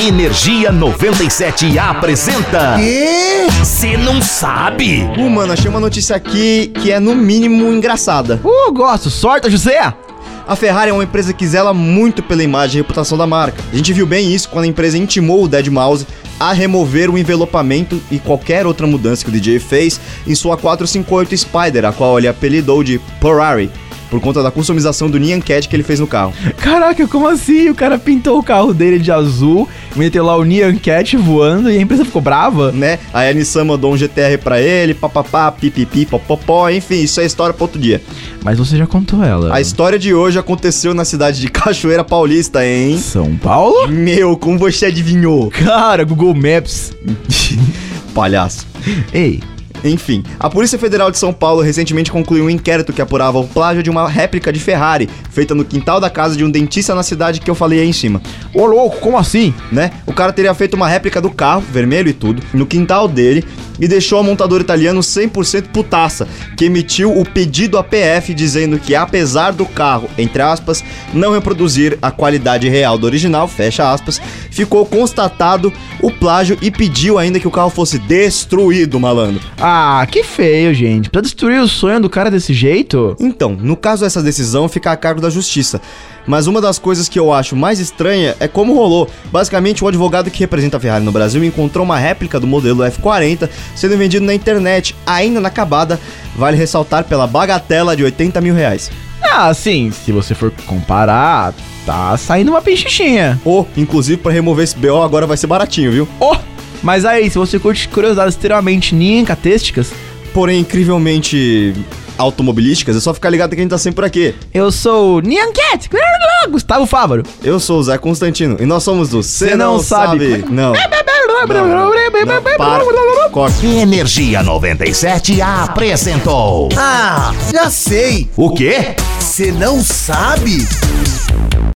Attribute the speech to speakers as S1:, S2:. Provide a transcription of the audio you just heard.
S1: Energia 97 apresenta.
S2: Quê?
S1: Você não sabe?
S2: Uh, mano, achei uma notícia aqui que é no mínimo engraçada.
S3: Uh, gosto. Sorte, José!
S2: A Ferrari é uma empresa que zela muito pela imagem e reputação da marca. A gente viu bem isso quando a empresa intimou o Dead Mouse a remover o envelopamento e qualquer outra mudança que o DJ fez em sua 458 Spider, a qual ele apelidou de Ferrari. Por conta da customização do Nyan Cat que ele fez no carro.
S3: Caraca, como assim? O cara pintou o carro dele de azul, meteu lá o Neon Cat voando e a empresa ficou brava?
S2: Né? Aí a Nissan mandou um GTR pra ele, papapá, pipipi, popopó, enfim, isso é história pra outro dia.
S3: Mas você já contou ela.
S2: A história de hoje aconteceu na cidade de Cachoeira Paulista, hein?
S3: São Paulo?
S2: Meu, como você adivinhou?
S3: Cara, Google Maps.
S2: Palhaço.
S3: Ei,
S2: Enfim, a Polícia Federal de São Paulo recentemente concluiu um inquérito que apurava o plágio de uma réplica de Ferrari, feita no quintal da casa de um dentista na cidade que eu falei aí em cima,
S3: ô louco, como assim?
S2: né? O cara teria feito uma réplica do carro, vermelho e tudo, no quintal dele e deixou o montador italiano 100% putaça, que emitiu o pedido à PF dizendo que apesar do carro, entre aspas, não reproduzir a qualidade real do original, fecha aspas, ficou constatado o plágio e pediu ainda que o carro fosse destruído, malandro.
S3: Ah, que feio, gente. Pra destruir o sonho do cara desse jeito?
S2: Então, no caso dessa decisão, fica a cargo da justiça. Mas uma das coisas que eu acho mais estranha é como rolou. Basicamente, o advogado que representa a Ferrari no Brasil encontrou uma réplica do modelo F40 sendo vendido na internet, ainda na acabada, vale ressaltar pela bagatela de 80 mil reais.
S3: Ah, sim, se você for comparar, tá saindo uma pinchichinha.
S2: Ou, inclusive, pra remover esse BO agora vai ser baratinho, viu?
S3: Oh! Mas aí, se você curte curiosidades extremamente nincatísticas,
S2: Porém, incrivelmente automobilísticas, é só ficar ligado que a gente tá sempre por aqui.
S3: eu sou o Nyanket, Gustavo Fávaro.
S2: Eu sou o Zé Constantino e nós somos do Cê
S3: Cê Não Sabe.
S2: Não. Não, não, não, para. Corta.
S1: Energia 97 apresentou.
S4: Ah, já sei.
S1: O quê?
S4: Você não sabe?